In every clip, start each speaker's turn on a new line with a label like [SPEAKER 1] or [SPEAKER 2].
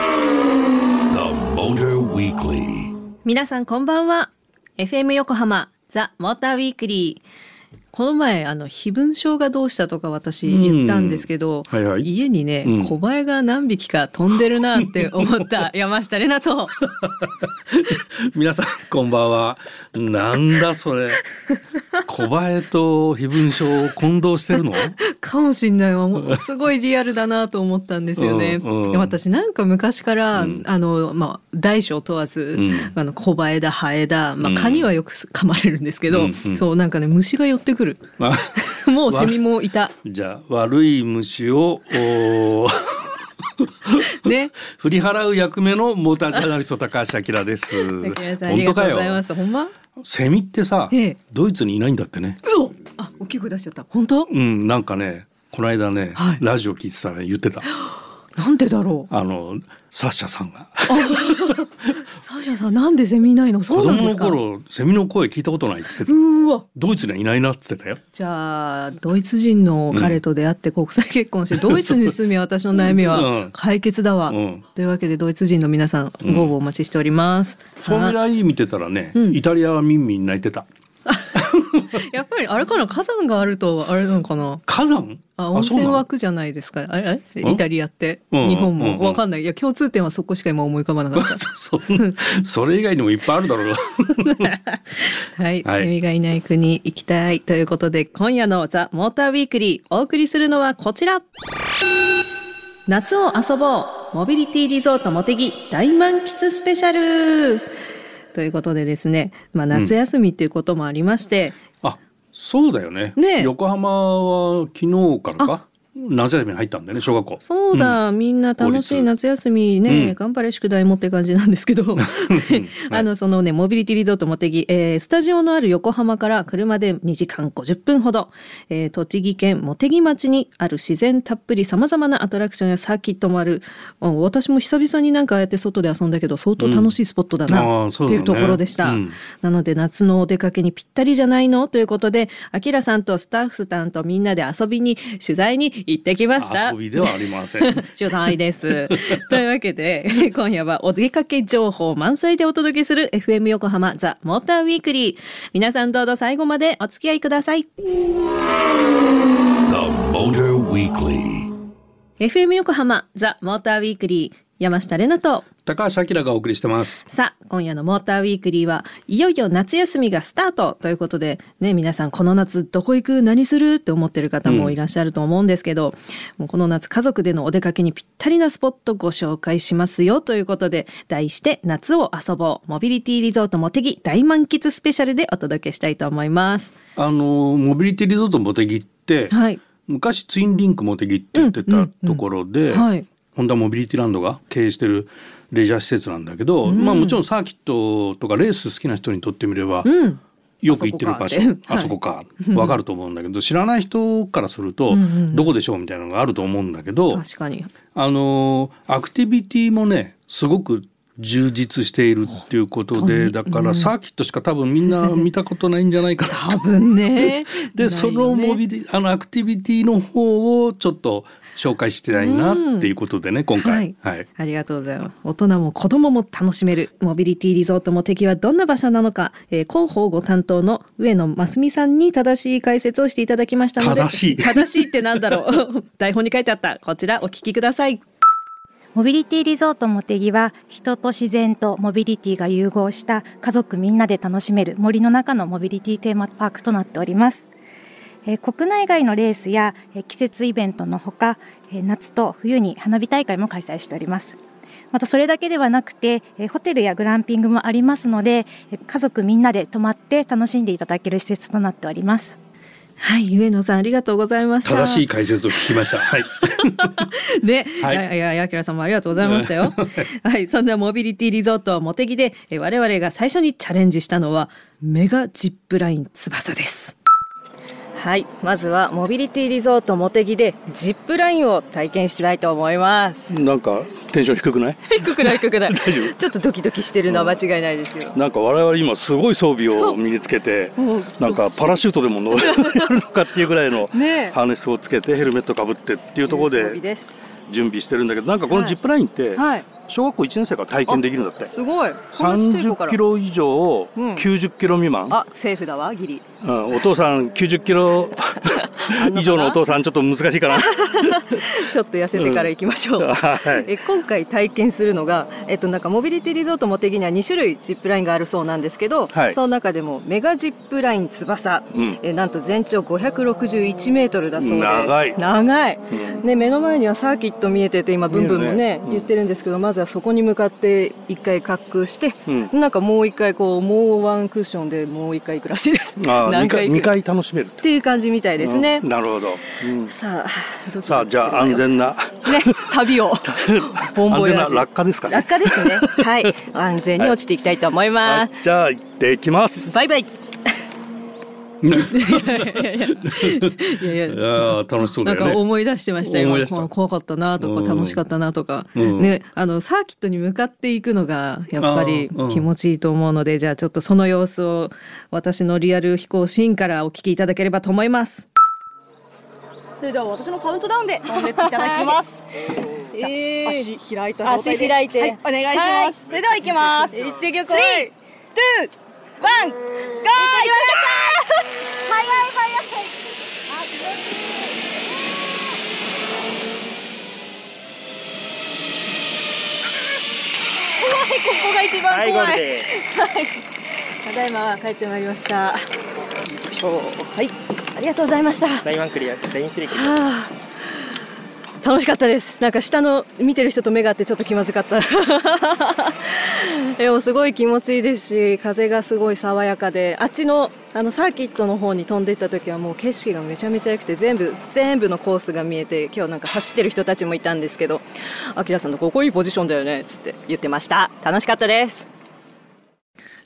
[SPEAKER 1] The Motor Weekly.
[SPEAKER 2] 皆さんこんばんは FM 横浜ザ・モーターウィークリーこの前あの非分症がどうしたとか私言ったんですけど、
[SPEAKER 3] うんはいはい
[SPEAKER 2] 家にね、
[SPEAKER 3] うん
[SPEAKER 2] 小林が何匹か飛んでるなって思った 山下玲奈と
[SPEAKER 3] 皆さんこんばんはなんだそれ小映えと非文書を混同してるの
[SPEAKER 2] かもしんないわもうすごいリアルだなと思ったんですよね。
[SPEAKER 3] うんうん
[SPEAKER 2] で私なんか昔から、
[SPEAKER 3] うん
[SPEAKER 2] あのまあ、大小問わず、
[SPEAKER 3] ん
[SPEAKER 2] あの小林だハエだ、まあ、
[SPEAKER 3] うん
[SPEAKER 2] カニはよく噛まれるんですけど、
[SPEAKER 3] うんうん
[SPEAKER 2] そうなんかね虫が寄ってくる
[SPEAKER 3] あ
[SPEAKER 2] もうセミもいた。
[SPEAKER 3] じゃあ悪い虫をおー
[SPEAKER 2] ね
[SPEAKER 3] 振り払う役目のモータージャーナリスト高橋明です
[SPEAKER 2] だけどさんあ
[SPEAKER 3] 本
[SPEAKER 2] り
[SPEAKER 3] 当
[SPEAKER 2] がとう
[SPEAKER 3] か
[SPEAKER 2] ございま
[SPEAKER 3] よ
[SPEAKER 2] す。ほんま？
[SPEAKER 3] セミってさ、
[SPEAKER 2] ええ
[SPEAKER 3] ドイツにいないんだってね
[SPEAKER 2] 嘘。あ、大きい声出しちゃった。本当？
[SPEAKER 3] うんなんかねこの間ね、
[SPEAKER 2] はい
[SPEAKER 3] ラジオ聞いてたら言ってた
[SPEAKER 2] なんでだろう。
[SPEAKER 3] あのサッシャさんが
[SPEAKER 2] サーシャさんなんでセミいないの？そ
[SPEAKER 3] 子
[SPEAKER 2] うなん
[SPEAKER 3] 供
[SPEAKER 2] で
[SPEAKER 3] の
[SPEAKER 2] すか。
[SPEAKER 3] 頃セミの声聞いたことないって言ってた
[SPEAKER 2] うーわ。
[SPEAKER 3] ドイツにはいないなって言ってたよ
[SPEAKER 2] じゃあドイツ人の彼と出会って国際結婚して、ドイツに住み私の悩み
[SPEAKER 3] う
[SPEAKER 2] は
[SPEAKER 3] ん
[SPEAKER 2] 解決だわ、
[SPEAKER 3] うん
[SPEAKER 2] というわけでドイツ人の皆さんご応募お待ちしております、
[SPEAKER 3] フォーミュ
[SPEAKER 2] あ
[SPEAKER 3] ラ E 見てたらね、
[SPEAKER 2] うん
[SPEAKER 3] イタリアはミンミン泣いてた。
[SPEAKER 2] やっぱりあれかな火山があるとあれなのかな
[SPEAKER 3] 火山
[SPEAKER 2] あ温
[SPEAKER 3] そう
[SPEAKER 2] 泉
[SPEAKER 3] なの
[SPEAKER 2] 湧くじゃないですかあれあれ
[SPEAKER 3] ん
[SPEAKER 2] イタリアって、
[SPEAKER 3] うん
[SPEAKER 2] 日本
[SPEAKER 3] うんう
[SPEAKER 2] も
[SPEAKER 3] ん
[SPEAKER 2] わかんないいや共通点はそこしか今思い浮かばなかった
[SPEAKER 3] そそんそれ以外にもいっぱいあるだろうが
[SPEAKER 2] はい、
[SPEAKER 3] はい
[SPEAKER 2] セミがいない国行きたいということで今夜の「ザ・モーターウィークリー」お送りするのはこちら夏を遊ぼうモビリティリゾートモテギ大満喫スペシャルということでですね、まあ、夏休みということもありまして、
[SPEAKER 3] あそうだよね
[SPEAKER 2] ねえ
[SPEAKER 3] 横浜は昨日からか夏休みに入ったんだよね小学校
[SPEAKER 2] そうだ、みんな楽しい夏休みね、
[SPEAKER 3] うん
[SPEAKER 2] 頑張れ宿題もって感じなんですけ ど あのそのねモビリティリゾート茂木、えースタジオのある横浜から車で2時間50分ほど、えー栃木県茂木町にある自然たっぷりさまざまなアトラクションやサーキットもあるうん私も久々になんかああやって外で遊んだけど相当楽しいスポットだ
[SPEAKER 3] うんあ
[SPEAKER 2] な
[SPEAKER 3] あ
[SPEAKER 2] って
[SPEAKER 3] そうだ
[SPEAKER 2] い
[SPEAKER 3] ね
[SPEAKER 2] うところでした、
[SPEAKER 3] うん
[SPEAKER 2] なので夏のお出かけにぴったりじゃないのということであきらさんとスタッフさんとみんなで遊びに取材に行ってきました
[SPEAKER 3] 遊びではありませ ん
[SPEAKER 2] 取材です。 というわけで、 今夜はお出かけ情報満載でお届けする FM 横浜ザ・モーターウィークリー。皆さんどうぞ最後までお付き合いください。
[SPEAKER 1] The Motor Weekly.
[SPEAKER 2] FM 横浜ザ・モーターウィークリー。山下れなと。
[SPEAKER 3] 高橋明がお送りしてます
[SPEAKER 2] さあ、今夜のモーターウィークリーは、いよいよ夏休みがスタートということで、ね、皆さんこの夏どこ行く何するって思ってる方もいらっしゃると思うんですけど、もうこの夏家族でのお出かけにぴったりなスポットご紹介しますよということで、題して夏を遊ぼう、モビリティリゾートもてぎ大満喫スペシャルでお届けしたいと思います。
[SPEAKER 3] あのモビリティリゾートモテギって、
[SPEAKER 2] はい。
[SPEAKER 3] 昔ツインリンクモテギって言って
[SPEAKER 2] うんう
[SPEAKER 3] た
[SPEAKER 2] んうん
[SPEAKER 3] ところで、
[SPEAKER 2] はい
[SPEAKER 3] ホンダモビリティランドが経営してるレジャー施設なんだけど、まあもちろんサーキットとかレース好きな人にとってみれば、
[SPEAKER 2] うん。
[SPEAKER 3] よく行ってる場所
[SPEAKER 2] あ
[SPEAKER 3] あ
[SPEAKER 2] そ
[SPEAKER 3] そ
[SPEAKER 2] こ
[SPEAKER 3] こか わかると思うんだけど知らない人からする
[SPEAKER 2] うん
[SPEAKER 3] と
[SPEAKER 2] うん
[SPEAKER 3] どこでしょうみたいなのがあると思うんだけど
[SPEAKER 2] 確かに。
[SPEAKER 3] あのアクティビティもねすごく充実しているっていうことでだからサーキットしか多分みんな見たことないんじゃないかな
[SPEAKER 2] 多
[SPEAKER 3] と
[SPEAKER 2] 分ね。
[SPEAKER 3] でそのモビ
[SPEAKER 2] リ
[SPEAKER 3] リあのアクティビティの方をちょっと紹介してたいなっていうことでね今回
[SPEAKER 2] はい、
[SPEAKER 3] はい
[SPEAKER 2] ありがとうございます大人も子供も楽しめるモビリティリゾートも敵はどんな場所なのか、えー、広報ご担当の上野真澄さんに正しい解説をしていただきましたので
[SPEAKER 3] 正しい
[SPEAKER 2] 正しいってなんだろう 台本に書いてあったこちらお聞きください
[SPEAKER 4] モビリティリゾートもてぎは人と自然とモビリティが融合した家族みんなで楽しめる森の中のモビリティテーマパークとなっております。えー国内外のレースやえー季節イベントのほか、えー夏と冬に花火大会も開催しております。またそれだけではなくて、えーホテルやグランピングもありますので、えー家族みんなで泊まって楽しんでいただける施設となっております。
[SPEAKER 2] はい上野さんありがとうございました
[SPEAKER 3] 正しい解説を聞きました。はい
[SPEAKER 2] ね、
[SPEAKER 3] は
[SPEAKER 2] い、
[SPEAKER 3] い
[SPEAKER 2] やいやいやあきらさんもありがとうございました よ。はい、そんなモビリティリゾート茂木でえ我々が最初にチャレンジしたのはメガジップライン翼です。はい、まずはモビリティリゾート茂木でジップラインを体験したいと思います。
[SPEAKER 3] なんかテンション低くない
[SPEAKER 2] 低くない低 くない。
[SPEAKER 3] 大丈夫
[SPEAKER 2] ちょっとドキドキしてるのは間違いないですけど。
[SPEAKER 3] なんか我々今すごい装備を身につけて
[SPEAKER 2] そう
[SPEAKER 3] なんかパラシュートでも乗れるのかっていうぐらいの
[SPEAKER 2] ねえ
[SPEAKER 3] ハーネスをつけてヘルメットかぶってっていうところ
[SPEAKER 2] 重装備
[SPEAKER 3] で
[SPEAKER 2] です。
[SPEAKER 3] 準備してるんだけどなんかこのジップラインって
[SPEAKER 2] はい
[SPEAKER 3] 小学校1年生から体験できるんだって
[SPEAKER 2] すごいこんなちっちゃい子か
[SPEAKER 3] 30
[SPEAKER 2] ら
[SPEAKER 3] キロ以上を
[SPEAKER 2] うん
[SPEAKER 3] 90キロ未満、
[SPEAKER 2] あセーフだわギリ
[SPEAKER 3] うんお父さん90 キロ以上のお父さんちょっと難しいかな
[SPEAKER 2] ちょっと痩せてから行きましょう、
[SPEAKER 3] はい
[SPEAKER 2] え 今回体験するのが、えっと、なんかモビリティリゾート茂木には2種類ジップラインがあるそうなんですけど、
[SPEAKER 3] はい
[SPEAKER 2] その中でもメガジップライン翼、
[SPEAKER 3] うん
[SPEAKER 2] えなんと全長561メートルだそうで
[SPEAKER 3] 長い
[SPEAKER 2] 長い
[SPEAKER 3] うん
[SPEAKER 2] ね、目の前にはサーキット見えてて今ブンブンも
[SPEAKER 3] 見え
[SPEAKER 2] ね
[SPEAKER 3] るね
[SPEAKER 2] 言ってるんですけどまずはそこに向かって一回滑空して、
[SPEAKER 3] う
[SPEAKER 2] なんかもう一回こうもうワンクッションでもう一回行くらしいです
[SPEAKER 3] あー
[SPEAKER 2] 何
[SPEAKER 3] 二回
[SPEAKER 2] 回
[SPEAKER 3] 二
[SPEAKER 2] 行くっ
[SPEAKER 3] 回楽しめるって
[SPEAKER 2] ていう感じみたいですね、
[SPEAKER 3] うんなるほど、うん
[SPEAKER 2] さあドキドキするわよ
[SPEAKER 3] さあじゃあ安全な
[SPEAKER 2] ね、旅をボン
[SPEAKER 3] 安
[SPEAKER 2] ボイ
[SPEAKER 3] 全
[SPEAKER 2] ラ
[SPEAKER 3] な
[SPEAKER 2] ジ
[SPEAKER 3] 落下ですかね
[SPEAKER 2] 落下ですね。 はい、安全に落ちていきたいと思い
[SPEAKER 3] は
[SPEAKER 2] ま
[SPEAKER 3] い
[SPEAKER 2] す。
[SPEAKER 3] じゃあ行ってきます
[SPEAKER 2] バイ バイ。
[SPEAKER 5] いやいや
[SPEAKER 6] いやー楽しそう
[SPEAKER 5] な
[SPEAKER 6] だ
[SPEAKER 5] ん
[SPEAKER 6] よ
[SPEAKER 5] か
[SPEAKER 6] ね
[SPEAKER 5] 思い出してました
[SPEAKER 6] 思い
[SPEAKER 5] 今
[SPEAKER 6] 出した
[SPEAKER 5] こう怖かったなと
[SPEAKER 6] うん
[SPEAKER 5] か楽しかったなとか、
[SPEAKER 6] うん
[SPEAKER 5] ね、あのサーキットに向かっていくのがやっぱり
[SPEAKER 6] あーうん
[SPEAKER 5] 気持ちいいと思うので、じゃあちょっとその様子を私のリアル飛行シーンからお聞きいただければと思います。
[SPEAKER 4] それでは私のカウントダウンで飛んでいただきます。
[SPEAKER 2] えー、
[SPEAKER 4] 足開いた状態で
[SPEAKER 2] 足開いて、
[SPEAKER 4] はい、お願いします。それでは行きます。
[SPEAKER 2] 行ってきよこ
[SPEAKER 4] 3、2、
[SPEAKER 2] い。
[SPEAKER 4] 1、ゴー行ってきました早い早い
[SPEAKER 2] ここが一番怖い。
[SPEAKER 3] ゴール
[SPEAKER 2] ただいま帰ってまいりました。よいしょはい、
[SPEAKER 4] ありがとうございました。
[SPEAKER 7] ラインワンクリア、ラインクリア。
[SPEAKER 2] はあ楽しかったです。なんか下の見てる人と目が合ってちょっと気まずかった。 でもすごい気持ちいいですし、風がすごい爽やかで、あっちのあのサーキットの方に飛んでいった時はもう景色がめちゃめちゃ良くて全部全部のコースが見えて、今日なんか走ってる人たちもいたんですけど、あきらさんのここいいポジションだよねっつって言ってました。楽しかったです。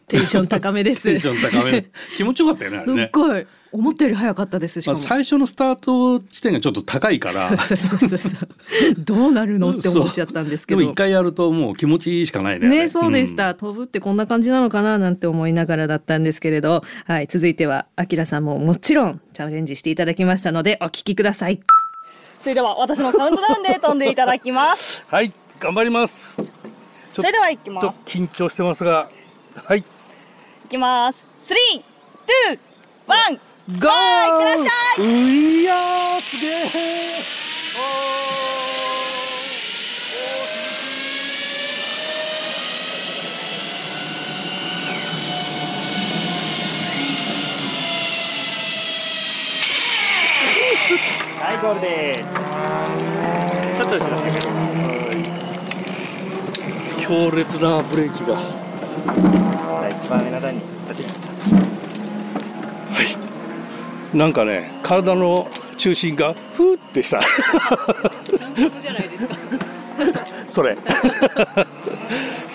[SPEAKER 5] テンション高めです
[SPEAKER 6] テンション高 め気持ちよかったよね あ
[SPEAKER 5] す
[SPEAKER 6] れ
[SPEAKER 5] っ
[SPEAKER 6] ね、
[SPEAKER 5] ごい思ったより早かったですしか
[SPEAKER 6] まあ、
[SPEAKER 5] も。
[SPEAKER 6] 最初のスタート地点がちょっと高いから
[SPEAKER 5] そうそうそうそうどうなるのって思っちゃったんですけど
[SPEAKER 6] そうでも一回やるともう気持ちいいしかないねあれ
[SPEAKER 5] ね、そうでした、飛ぶってこんな感じなのかななんて思いながらだったんですけれど、はい、続いてはあきらさんももちろんチャレンジしていただきましたのでお聞きください
[SPEAKER 4] それでは私のカウントダウンで飛んでいただきます。
[SPEAKER 3] はい頑張ります
[SPEAKER 4] それでは行きま
[SPEAKER 3] ちょっ
[SPEAKER 4] す。
[SPEAKER 3] と緊張してますがはい
[SPEAKER 4] 行きます。3、2、
[SPEAKER 3] ゴー
[SPEAKER 4] 1、いってらっし
[SPEAKER 3] ゃいういやーすげえ
[SPEAKER 7] はい、ゴールです。ちょっと後ろしてくれ。
[SPEAKER 3] 強烈なブレーキが
[SPEAKER 7] 一番上の段に立てまし
[SPEAKER 3] なんかね体の中心がふーってした
[SPEAKER 2] じゃないで すか。
[SPEAKER 3] それ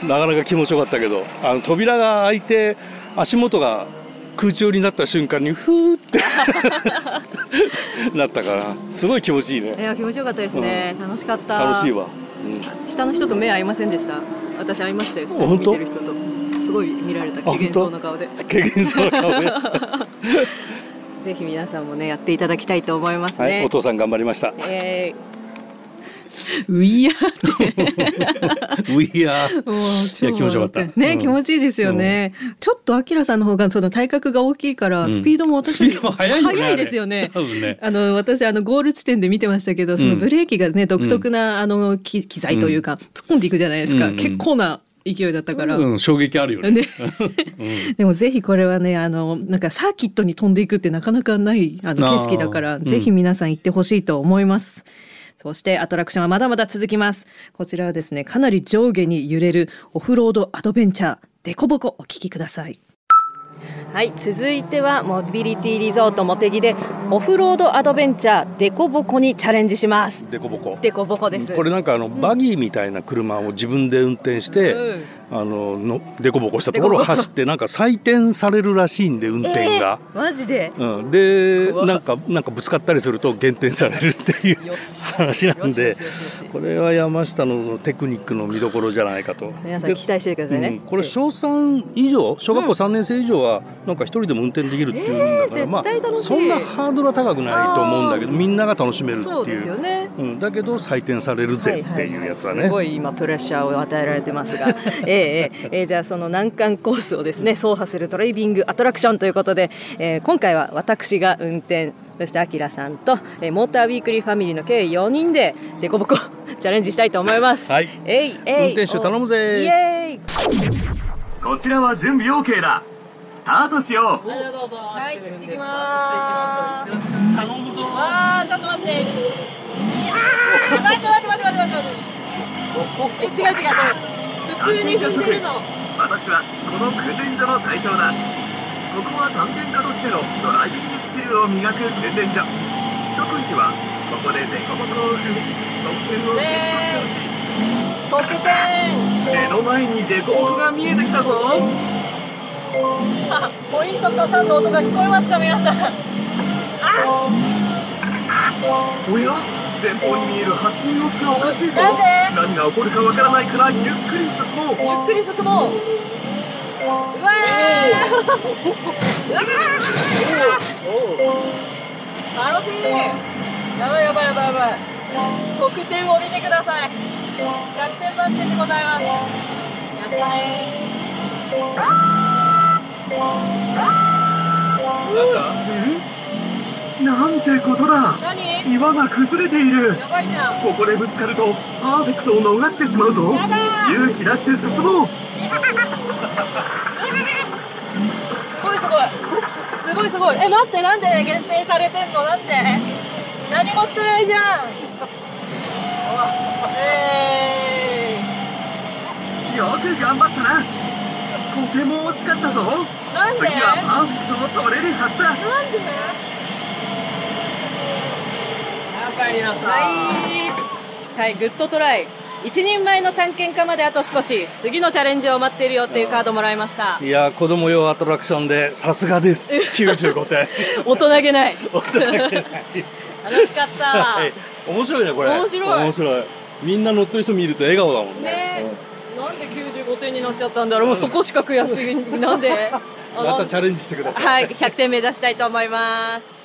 [SPEAKER 3] なかなか気持ちよかったけどあの扉が開いて足元が空中になった瞬間にふーってなったからすごい気持ちいい
[SPEAKER 2] い
[SPEAKER 3] ね
[SPEAKER 2] や気持ちよかったですね。楽しかった。
[SPEAKER 3] 楽しいわ、うん
[SPEAKER 2] 下の人と目合いませんでした私合いましたよ下に
[SPEAKER 3] 本
[SPEAKER 2] 見
[SPEAKER 3] 当
[SPEAKER 2] てる人とすごい見られた
[SPEAKER 3] 本
[SPEAKER 2] 機嫌そ
[SPEAKER 3] 当
[SPEAKER 2] うな顔で
[SPEAKER 3] 経験そうな 顔 で、
[SPEAKER 2] ぜひ皆さんもねやっていただきたいと思います
[SPEAKER 3] はい、
[SPEAKER 2] ね
[SPEAKER 3] お、父さん頑張りました
[SPEAKER 2] え
[SPEAKER 5] ういや
[SPEAKER 6] ウィアー
[SPEAKER 5] もう
[SPEAKER 6] いや気持ちよかった
[SPEAKER 5] ね、
[SPEAKER 6] うん
[SPEAKER 5] 気持ちいいですよね、ちょっとあきらさんの方がその体格が大きいから
[SPEAKER 6] ん
[SPEAKER 5] スピードも私
[SPEAKER 6] スピードも速いよね
[SPEAKER 5] 速いですよね
[SPEAKER 6] あれ多分ね
[SPEAKER 5] あの私あのゴール地点で見てましたけどそのブレーキがね、独特なあの機機材というか、突っ込んでいくじゃないですか、
[SPEAKER 6] うん
[SPEAKER 5] 結構な勢いだったから、
[SPEAKER 6] うん、衝撃あるよね
[SPEAKER 5] ね、でもぜひこれはねあのなんかサーキットに飛んでいくってなかなかないあの
[SPEAKER 6] あー
[SPEAKER 5] 景色だから
[SPEAKER 6] うん
[SPEAKER 5] ぜひ皆さん行ってほしいと思います。そしてアトラクションはまだまだ続きます。こちらはですねかなり上下に揺れるオフロードアドベンチャーデコボコお聞きください。
[SPEAKER 2] ーはい続いてはモビリティリゾート茂木でオフロードアドベンチャーデコボコにチャレンジします
[SPEAKER 3] でこぼこ
[SPEAKER 2] デコボコです
[SPEAKER 3] これなんかあのバギーみたいな車を自分で運転して、
[SPEAKER 2] うん
[SPEAKER 3] あのの凸凹したところを走ってなんか採点されるらしいんで運転が、
[SPEAKER 2] マジで
[SPEAKER 3] うん、でなんかなんかぶつかったりすると減点されるっていう
[SPEAKER 2] よし
[SPEAKER 3] 話なん
[SPEAKER 2] よ
[SPEAKER 3] で
[SPEAKER 2] しよしよしよし
[SPEAKER 3] これは山下のテクニックの見どころじゃないかと
[SPEAKER 2] 皆さん期待しててくださいね、
[SPEAKER 3] うんこれ小3以上小学校3年生以上はなんか一人でも運転できるっていうんだから、
[SPEAKER 2] えー
[SPEAKER 3] ま
[SPEAKER 2] 絶対楽
[SPEAKER 3] あ
[SPEAKER 2] しい
[SPEAKER 3] そんなハードルは高くないと思うんだけどみんなが楽しめるって
[SPEAKER 2] そう
[SPEAKER 3] い
[SPEAKER 2] です
[SPEAKER 3] う
[SPEAKER 2] よね
[SPEAKER 3] うん、だけど採点されるぜっていうやつだ
[SPEAKER 2] す
[SPEAKER 3] ね、
[SPEAKER 2] ごい今プレッシャーを与えられてますが ええええええじゃあその難関コースをですね走破するドライビングアトラクションということで、えー今回は私が運転そしてアキラさんと、えーモーターウィークリーファミリーの計4人でデコボコチャレンジしたいと思います。
[SPEAKER 3] はい
[SPEAKER 2] えいえい
[SPEAKER 3] 運転手頼む
[SPEAKER 2] お
[SPEAKER 3] ぜ
[SPEAKER 2] イエーイ
[SPEAKER 8] こちらは準備 OK だスタートしよう
[SPEAKER 2] はい行ってきますわーちょっと待っていやー待って待って待って待って待ってえ違う違う普通に踏んでるの
[SPEAKER 8] 私はこの訓練所の隊長だここは探検家としてのドライビングスキルを磨く訓練所特技はここでデコボコを踏み得点をゲットして
[SPEAKER 2] 得点
[SPEAKER 8] ほしい目の前にデコボコが見えてきたぞ
[SPEAKER 2] あ ポイント加算の音が聞こえますか皆さん
[SPEAKER 8] おや前方に見える発信様子がおかしいぞ
[SPEAKER 2] なんで
[SPEAKER 8] 何が起こるかわからないからゆっくり進もう
[SPEAKER 2] ゆっくり進もううわー楽しいやばいやばいやばいやばい得点を見てください逆転満点でございますやったね
[SPEAKER 8] なんてことだ
[SPEAKER 2] 何
[SPEAKER 8] 岩が崩れている
[SPEAKER 2] やばいじゃん
[SPEAKER 8] ここでぶつかるとパーフェクトを逃してしまうぞ
[SPEAKER 2] やだー
[SPEAKER 8] 勇気出して進もう
[SPEAKER 2] すごいすごいすごいすごいえ待ってなんで限定されてんのなんで何もしてないじゃんえ
[SPEAKER 8] よく頑張ったなとても惜しかったぞ
[SPEAKER 2] ー、なんで
[SPEAKER 8] 次はパーフェクトを取れるはずだ
[SPEAKER 2] なんではいはいグッドトライ一人前の探検家まであと少し次のチャレンジを待っているよっていうカードもらいました
[SPEAKER 3] いやー子供用アトラクションでさすがです95点
[SPEAKER 2] 大人げない
[SPEAKER 3] 大人げない
[SPEAKER 2] 楽しかった、
[SPEAKER 3] はい面白いねこれ
[SPEAKER 2] 面白い
[SPEAKER 3] 面白いみんな乗ってる人見ると笑顔だもんね
[SPEAKER 2] ねなんで95点になっちゃったんだろうもうそこしか悔しいなんであ
[SPEAKER 3] ま
[SPEAKER 2] な
[SPEAKER 3] た
[SPEAKER 2] ん
[SPEAKER 3] チャレンジしてください
[SPEAKER 2] はい100点目指したいと思います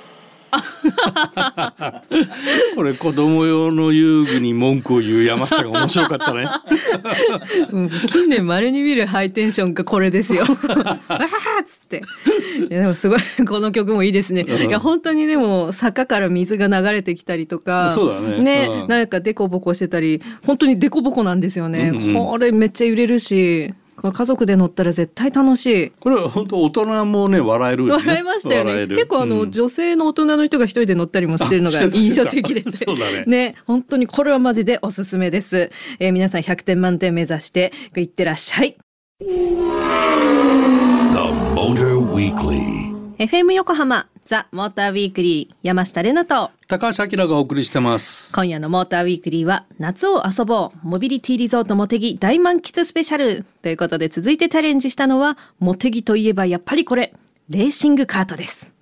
[SPEAKER 9] これ子供用の遊具に文句を言う山下が面白か ったね。
[SPEAKER 10] うん近年まれに見るハイテンションがこれ ですよ。わーっつって。いやでもすごいこの曲もいいですね。いや本当にでも坂から水が流れてきたりとか、
[SPEAKER 9] そうだねうん
[SPEAKER 10] なんかデコボコしてたり、本当にデコボコなんですよね。
[SPEAKER 9] うんうん
[SPEAKER 10] これめっちゃ揺れるし、これ家族で乗ったら絶対楽しい。
[SPEAKER 9] これは本当大人もね笑えるよね
[SPEAKER 10] 笑いましたよ
[SPEAKER 9] 笑
[SPEAKER 10] ね。
[SPEAKER 9] える
[SPEAKER 10] 結構あの、
[SPEAKER 9] うん
[SPEAKER 10] 女性の大人の人が一人で乗ったりもして るのが
[SPEAKER 9] あしてた
[SPEAKER 10] 印象的で
[SPEAKER 9] してたそうだね
[SPEAKER 10] 本当にこれはマジでおすすめです。えー皆さん100点満点目指していってらっしゃい。
[SPEAKER 1] The Motor Weekly.
[SPEAKER 10] FM 横浜ザ・モーターウィークリー山下れなと
[SPEAKER 9] 高橋明がお送りしてます。
[SPEAKER 10] 今夜のモーターウィークリーは夏を遊ぼうモビリティリゾートモテギ大満喫スペシャルということで続いてチャレンジしたのはモテギといえばやっぱりこれレーシングカートです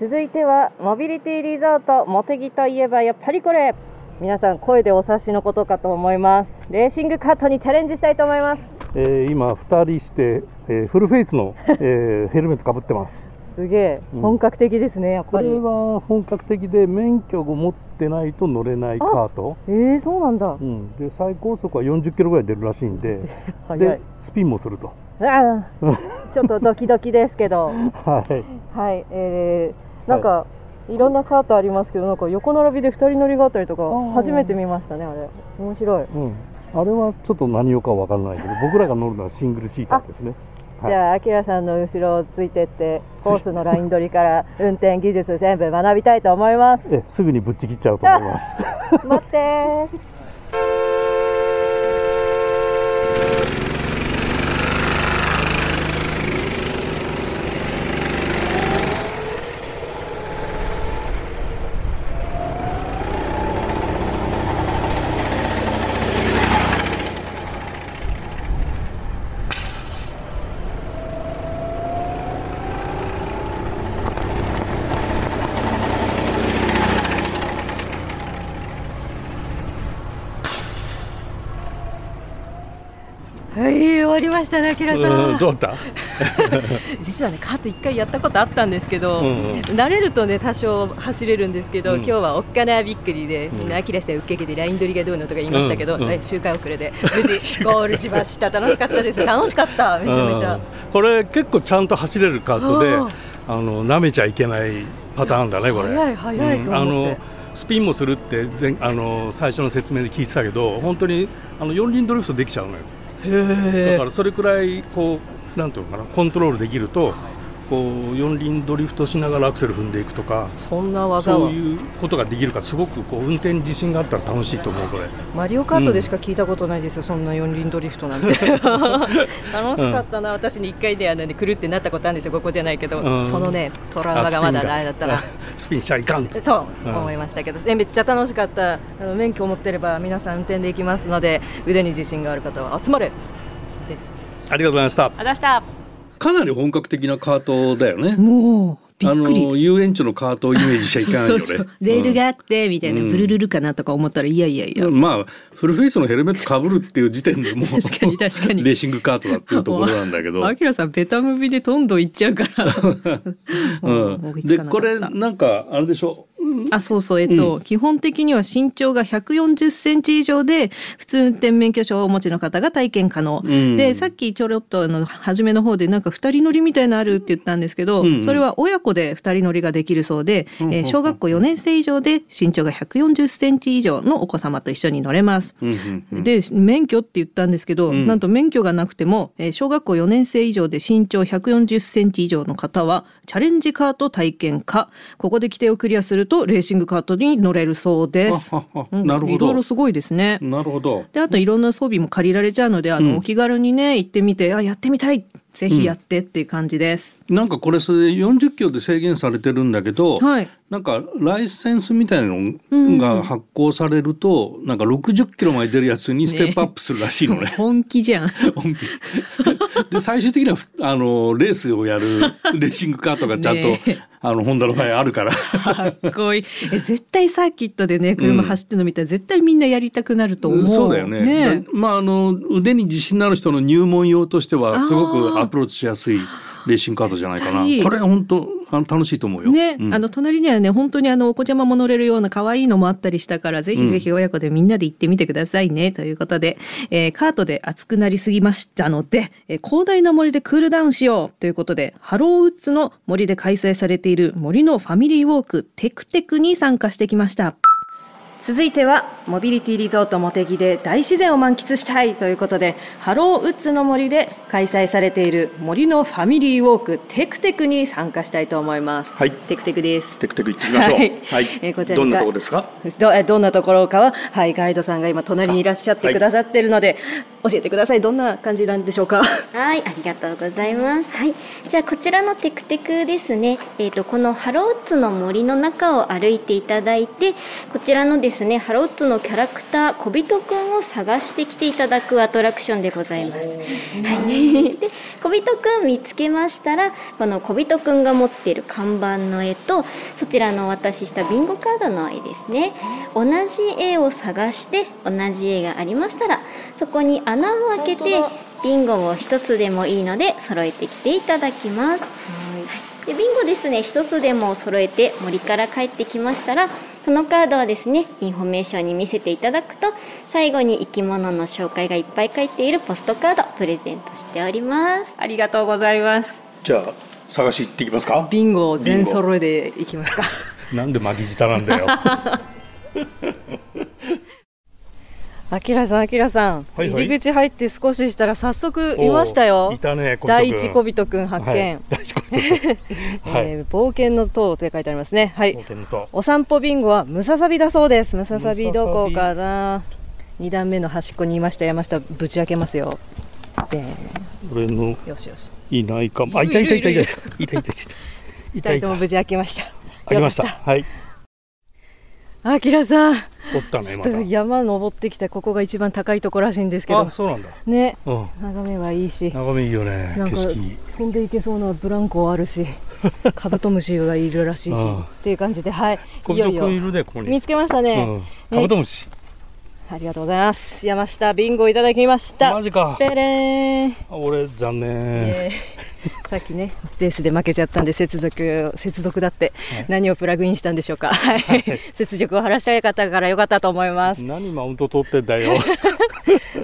[SPEAKER 2] 続いてはモビリティリゾート茂木といえばやっぱりこれ皆さん声でお察しのことかと思いますレーシングカートにチャレンジしたいと思います
[SPEAKER 3] えー今2人して、えーフルフェイス の、えーヘルメットかぶってます
[SPEAKER 2] すげえ
[SPEAKER 3] うん
[SPEAKER 2] 本格的ですねやっ
[SPEAKER 3] こ
[SPEAKER 2] ぱり、
[SPEAKER 3] れは本格的で免許を持ってないと乗れないカート、
[SPEAKER 2] えー、そうなんだ
[SPEAKER 3] うん、で最高速は40キロぐらい出るらしいんで
[SPEAKER 2] 早
[SPEAKER 3] で
[SPEAKER 2] い
[SPEAKER 3] スピンもすると、
[SPEAKER 2] あーちょっとドキドキですけど
[SPEAKER 3] はい、
[SPEAKER 2] はいえー、なんか、いろんなカートありますけどなんか横並びで2人乗りがあったりとか
[SPEAKER 3] ー
[SPEAKER 2] 初めて見ましたねあれ面白い
[SPEAKER 3] うん、あれはちょっと何用かわからないけど僕らが乗るのはシングルシーターですねはい
[SPEAKER 2] じゃあ、アキラさんの後ろをついてって、コースのライン取 りから運転技術全部学びたいと思います。
[SPEAKER 3] えすぐにぶっちぎっちゃうと思います
[SPEAKER 2] 待ってー。
[SPEAKER 11] はい、終わりましたね、あきらさ
[SPEAKER 7] うん
[SPEAKER 11] ん。
[SPEAKER 7] どうだっ
[SPEAKER 11] 実はね、カート一回やったことあったんですけど、
[SPEAKER 7] うんうん
[SPEAKER 11] 慣れるとね、多少走れるんですけど、
[SPEAKER 7] うん
[SPEAKER 11] 今日はおっかなびっくりで、
[SPEAKER 7] ん
[SPEAKER 11] みんなあきらさん受け入れて、ライン取りがどうのとか言いましたけど、
[SPEAKER 7] うんうん
[SPEAKER 11] はい周回遅れで、無 事ゴールしました。楽しかったです。楽しかった。めちゃめち
[SPEAKER 7] た、う
[SPEAKER 11] ゃ
[SPEAKER 7] ん。、これ結構ちゃんと走れるカートで
[SPEAKER 11] あー
[SPEAKER 7] あの舐めちゃいけないパターンだねこれ
[SPEAKER 11] 早い早いと思って
[SPEAKER 7] うんあのスピンもするって前あの最初の説明で聞いてたけど本当にあの四輪ドリフトできちゃうのよだからそれくらいこうなんていうのかなコントロールできるとこう四輪ドリフトしながらアクセル踏んでいくとか
[SPEAKER 11] そんな技
[SPEAKER 7] そう
[SPEAKER 11] は
[SPEAKER 7] いうことができるからすごくこう運転に自信があったら楽しいと思うこれ
[SPEAKER 11] マリオカートでしか聞いたことないですよ、そんな四輪ドリフトなんて 楽しかったな、私に一回であのねくるってなったことあるんですよここじゃないけど、
[SPEAKER 7] うん
[SPEAKER 11] そのねトラウマがまだないだったら
[SPEAKER 7] あ スピンだあスピンしちゃいかんと
[SPEAKER 11] と思いましたけど、でめっちゃ楽しかったあの免許を持ってれば皆さん運転できますので腕に自信がある方は集まれです
[SPEAKER 7] ありがとうございました
[SPEAKER 11] ありがとうございました
[SPEAKER 3] かなり本格的なカートだよね
[SPEAKER 2] もうびっ
[SPEAKER 3] あ
[SPEAKER 2] くり
[SPEAKER 3] の遊園地のカートをイメージしちゃいけないよね
[SPEAKER 2] レールがあってみたいな、ブルルルかなとか思ったらいやいやいや、
[SPEAKER 3] うんまあフルフェイスのヘルメットかぶるっていう時点でもう
[SPEAKER 2] 確かに確かに
[SPEAKER 3] レーシングカートだっていうところなんだけど
[SPEAKER 2] あきらさんベタムビでどんどん行っちゃうから。
[SPEAKER 3] うん、でこれなんかあれでしょ
[SPEAKER 2] あそうそうえっと、基本的には身長が140センチ以上で普通運転免許証をお持ちの方が体験可能、
[SPEAKER 3] ん
[SPEAKER 2] でさっきちょろっとあの初めの方でなんか二人乗りみたいなのあるって言ったんですけど、
[SPEAKER 3] うんうん
[SPEAKER 2] それは親子で二人乗りができるそうで、えー小学校4年生以上で身長が140センチ以上のお子様と一緒に乗れます。
[SPEAKER 3] うんうんうん
[SPEAKER 2] で免許って言ったんですけど、なんと免許がなくても、えー小学校4年生以上で身長140センチ以上の方はチャレンジカート体験かここで規定をクリアするとレーシングカートに乗れるそうです。
[SPEAKER 3] あはは
[SPEAKER 2] うん
[SPEAKER 3] なるほ
[SPEAKER 2] いろいろ
[SPEAKER 3] ど
[SPEAKER 2] すごいですね。
[SPEAKER 3] なるほど
[SPEAKER 2] であといろんな装備も借りられちゃうのであの、お気軽にね行ってみてあやってみたいぜひやってっていう感じです。
[SPEAKER 3] なんかこれそれで40キロで制限されてるんだけど、
[SPEAKER 2] はい
[SPEAKER 3] なんかライセンスみたいなのが発行されると、なんか60キロまで出るやつにステップアップするらしいのね。
[SPEAKER 2] 本気じゃん。
[SPEAKER 3] 本気で最終的にはふあのレースをやるレーシングカートがちゃんと、
[SPEAKER 2] ねえ
[SPEAKER 3] あのホンダの場合あ るから
[SPEAKER 2] かっこいい。え絶対サーキットでね車走ってるの見たら絶対みんなやりたくなると思う。
[SPEAKER 3] そうだよね
[SPEAKER 2] ね
[SPEAKER 3] だまああの腕に自信のある人の入門用としてはすごくアプローチしやすいレーシングカートじゃないかな
[SPEAKER 2] 絶対いい
[SPEAKER 3] これ本当あの楽しいと思うよ。
[SPEAKER 2] ね、
[SPEAKER 3] うん
[SPEAKER 2] あの隣にはね本当にあのお子ちゃまも乗れるような可愛いのもあったりしたからぜひぜひ親子でみんなで行ってみてくださいね、ということで、えーカートで暑くなりすぎましたので、えー広大な森でクールダウンしようということでハローウッズの森で開催されている森のファミリーウォークテクテクに参加してきました。
[SPEAKER 11] 続いてはモビリティリゾートモテギで大自然を満喫したいということでハローウッズの森で開催されている森のファミリーウォークテクテクに参加したいと思います、
[SPEAKER 7] はい
[SPEAKER 11] テクテクです
[SPEAKER 7] テクテク行ってみましょう
[SPEAKER 11] はい
[SPEAKER 7] はい
[SPEAKER 11] えーこちらに
[SPEAKER 7] どんなとこですか
[SPEAKER 11] どえどんなところかは、はい、ガイドさんが今隣にいらっしゃっ
[SPEAKER 7] は
[SPEAKER 11] て
[SPEAKER 7] い
[SPEAKER 11] くださってるので、教えてくださいどんな感じなんでしょうか
[SPEAKER 12] はい、ありがとうございます。はい、じゃあこちらのテクテクですね。えっ、とこのハローッツの森の中を歩いていただいて、こちらのですねハローッツのキャラクター小人くんを探してきていただくアトラクションでございます。はい。で、小人くん見つけましたら、この小人くんが持っている看板の絵と、そちらのお渡ししたビンゴカードの絵ですね。同じ絵を探して同じ絵がありましたら、そこに穴を開けて。ビンゴを一つでもいいので揃えてきていただきます。はいでビンゴですね一つでも揃えて森から帰ってきましたらこのカードをですねインフォメーションに見せていただくと最後に生き物の紹介がいっぱい書いているポストカードプレゼントしております。
[SPEAKER 11] ありがとうございます
[SPEAKER 7] じゃあ探し行ってきますか
[SPEAKER 11] ビンゴを全
[SPEAKER 7] ビンゴ
[SPEAKER 11] 揃えでいきますか
[SPEAKER 7] なんで巻き舌なんだよ
[SPEAKER 11] あきらさんあきらさん、
[SPEAKER 7] はいはい
[SPEAKER 11] 入り口入って少ししたら早速いました
[SPEAKER 7] おー
[SPEAKER 11] よ
[SPEAKER 7] いたね小人くん
[SPEAKER 11] 第一小人くん発見、
[SPEAKER 7] はい大事故 だはい、
[SPEAKER 11] えー冒険の塔って書いてありますねはい
[SPEAKER 7] 冒険の塔
[SPEAKER 11] お散歩ビンゴはムササビだそうですムササビどこかな二段目の端っこにいました山下ぶち開けますよで
[SPEAKER 7] 俺の
[SPEAKER 11] よしよし
[SPEAKER 7] いないかもあいたいたいたいたいたいたいたい
[SPEAKER 11] 二
[SPEAKER 7] たいたいたい
[SPEAKER 11] 人
[SPEAKER 7] た
[SPEAKER 11] とも無事開けました
[SPEAKER 7] ありましたはい
[SPEAKER 11] あきらさん
[SPEAKER 7] 撮った
[SPEAKER 11] ち
[SPEAKER 7] ね
[SPEAKER 11] ょっ
[SPEAKER 7] ま
[SPEAKER 11] と
[SPEAKER 7] た
[SPEAKER 11] 山登ってきたここが一番高いとこらしいんですけど
[SPEAKER 7] あそうなんだ
[SPEAKER 11] ね
[SPEAKER 7] うん
[SPEAKER 11] 眺めはいいし
[SPEAKER 7] 眺めいいよね
[SPEAKER 11] なん
[SPEAKER 7] 景
[SPEAKER 11] か
[SPEAKER 7] 色いい
[SPEAKER 11] 飛んでいけそうなブランコある しカブトムシがいるらしいし
[SPEAKER 7] うん
[SPEAKER 11] っていう感じではい
[SPEAKER 7] 小
[SPEAKER 11] いよ
[SPEAKER 7] 人
[SPEAKER 11] いよ
[SPEAKER 7] くんいるねここに
[SPEAKER 11] 見つけました
[SPEAKER 7] う
[SPEAKER 11] ね
[SPEAKER 7] ん、カブトムシ
[SPEAKER 11] ありがとうございます。山下ビンゴいただきました。
[SPEAKER 7] マジか
[SPEAKER 11] ペレーン。
[SPEAKER 7] 俺残念
[SPEAKER 11] えーさっきねレースで負けちゃったんで接続接続だって、何をプラグインしたんでしょうか、はい、雪辱を晴らしたい方から良かったと思います
[SPEAKER 7] 何マウント取ってんだ よ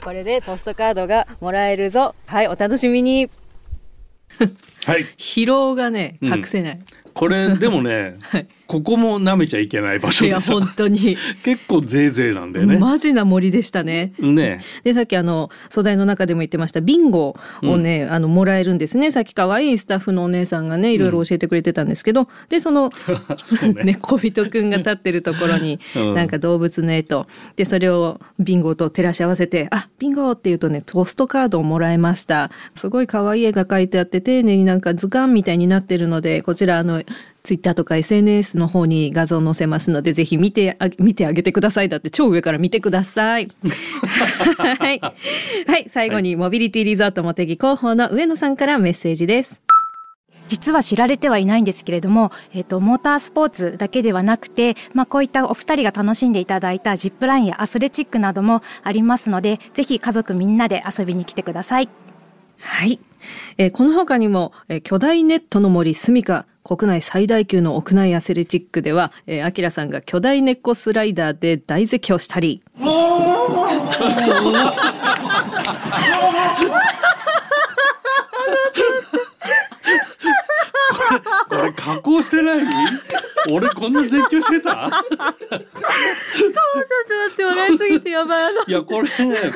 [SPEAKER 11] これでポストカードがもらえるぞはいお楽しみに
[SPEAKER 3] はい
[SPEAKER 2] 疲労がね
[SPEAKER 3] うん
[SPEAKER 2] 隠せない、
[SPEAKER 3] これでもね、
[SPEAKER 2] はい
[SPEAKER 3] ここも舐めちゃいけない場所
[SPEAKER 2] い
[SPEAKER 3] で
[SPEAKER 2] や
[SPEAKER 3] さ
[SPEAKER 2] 本当に、
[SPEAKER 3] 結構ぜいぜいなんだよね。
[SPEAKER 2] マジな森でしたね
[SPEAKER 3] ね
[SPEAKER 2] でさっきあの素材の中でも言ってましたビンゴをね、あのもらえるんですねさっき可愛いスタッフのお姉さんがねいろいろ教えてくれてたんですけど、でその
[SPEAKER 3] そう ね
[SPEAKER 2] 小人くんが立ってるところに、
[SPEAKER 3] うん
[SPEAKER 2] なんか動物の絵とでそれをビンゴと照らし合わせて「あビンゴ!」って言うとねポストカードをもらえましたすごい可愛い絵が描いてあって丁寧になんか図鑑みたいになってるのでこちらあのツイッターとか SNS の方に画像載せますのでぜひ見てあ見てあげてくださいだって超上から見てください。はい、はい、最後にモビリティリゾート茂木広報の上野さんからメッセージです。
[SPEAKER 4] 実は知られてはいないんですけれども、えっと、モータースポーツだけではなくて、まあ、こういったお二人が楽しんでいただいたジップラインやアスレチックなどもありますので、ぜひ家族みんなで遊びに来てください。
[SPEAKER 2] はい、えーこの他にも、えー巨大ネットの森スミカ国内最大級の屋内アスレチックでは、えー、アキラさんが巨大ネッコスライダーで大絶叫したり。
[SPEAKER 3] これ加工してない俺こんな絶叫してた
[SPEAKER 2] ちょっと待って笑いすぎてやばい
[SPEAKER 3] いやこれね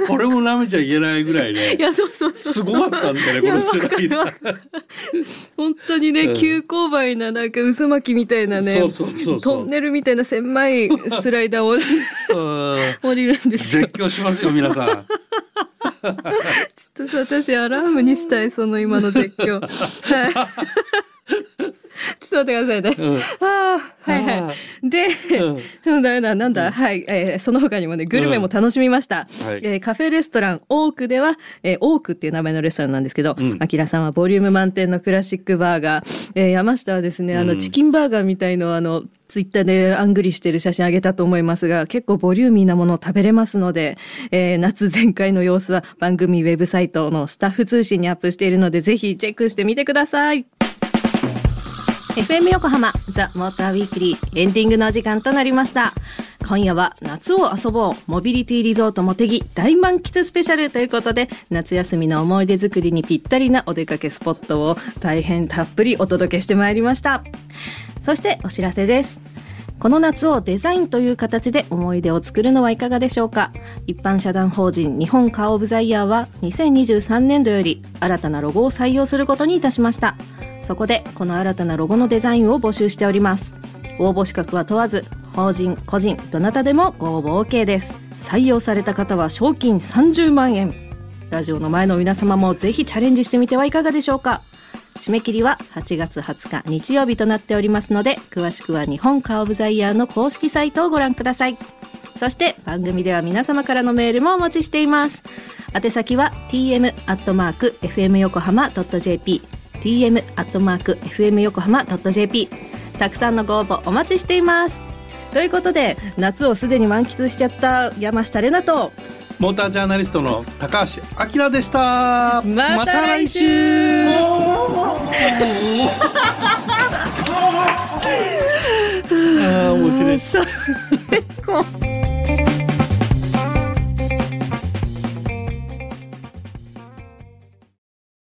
[SPEAKER 3] これも舐めちゃいけないぐらいね
[SPEAKER 2] いやそうそうそう
[SPEAKER 3] すごかったんだよねこのスライダー。
[SPEAKER 2] 本当にね、急勾配ななんか渦巻きみたいなね
[SPEAKER 3] そうそうそうそう
[SPEAKER 2] トンネルみたいな狭いスライダーを
[SPEAKER 3] うん
[SPEAKER 2] 降りるんですよ
[SPEAKER 3] 絶叫しますよ皆さん。
[SPEAKER 2] ちょっと私アラームにしたいその今の絶 叫はいちょっと待ってくださいね、
[SPEAKER 3] うん
[SPEAKER 2] ああはい
[SPEAKER 3] あ
[SPEAKER 2] はいで、うん、だめだなんだ、はい、えーその他にもねグルメも楽しみました、
[SPEAKER 3] うんはい
[SPEAKER 2] えーカフェレストランオークでは、えーオークっていう名前のレストランなんですけど
[SPEAKER 3] うん
[SPEAKER 2] あきらさんはボリューム満点のクラシックバーガー、えー山下はですねあのチキンバーガーみたいのをあのツイッターでアングリしてる写真あげたと思いますが結構ボリューミーなものを食べれますので、えー夏全開の様子は番組ウェブサイトのスタッフ通信にアップしているのでぜひチェックしてみてください。FM 横浜ザ・モーターウィークリーエンディングのお時間となりました今夜は夏を遊ぼうモビリティリゾートもてぎ大満喫スペシャルということで夏休みの思い出作りにぴったりなお出かけスポットを大変たっぷりお届けしてまいりましたそしてお知らせですこの夏をデザインという形で思い出を作るのはいかがでしょうか一般社団法人日本カーオブザイヤーは2023年度より新たなロゴを採用することにいたしましたそこでこの新たなロゴのデザインを募集しております応募資格は問わず法人個人どなたでもご応募 OK です採用された方は賞金30万円ラジオの前の皆様もぜひチャレンジしてみてはいかがでしょうか締め切りは8月20日日曜日となっておりますので詳しくは日本カーオブザイヤーの公式サイトをご覧くださいそして番組では皆様からのメールもお待ちしています宛先は tm アットマーク fm 横浜 .jp tm アットマーク fm 横浜 .jp たくさんのご応募お待ちしていますということで夏をすでに満喫しちゃった山下れなと
[SPEAKER 3] モータージャーナリストの高橋明でした。
[SPEAKER 2] また来週
[SPEAKER 3] ああ面白い。
[SPEAKER 2] そう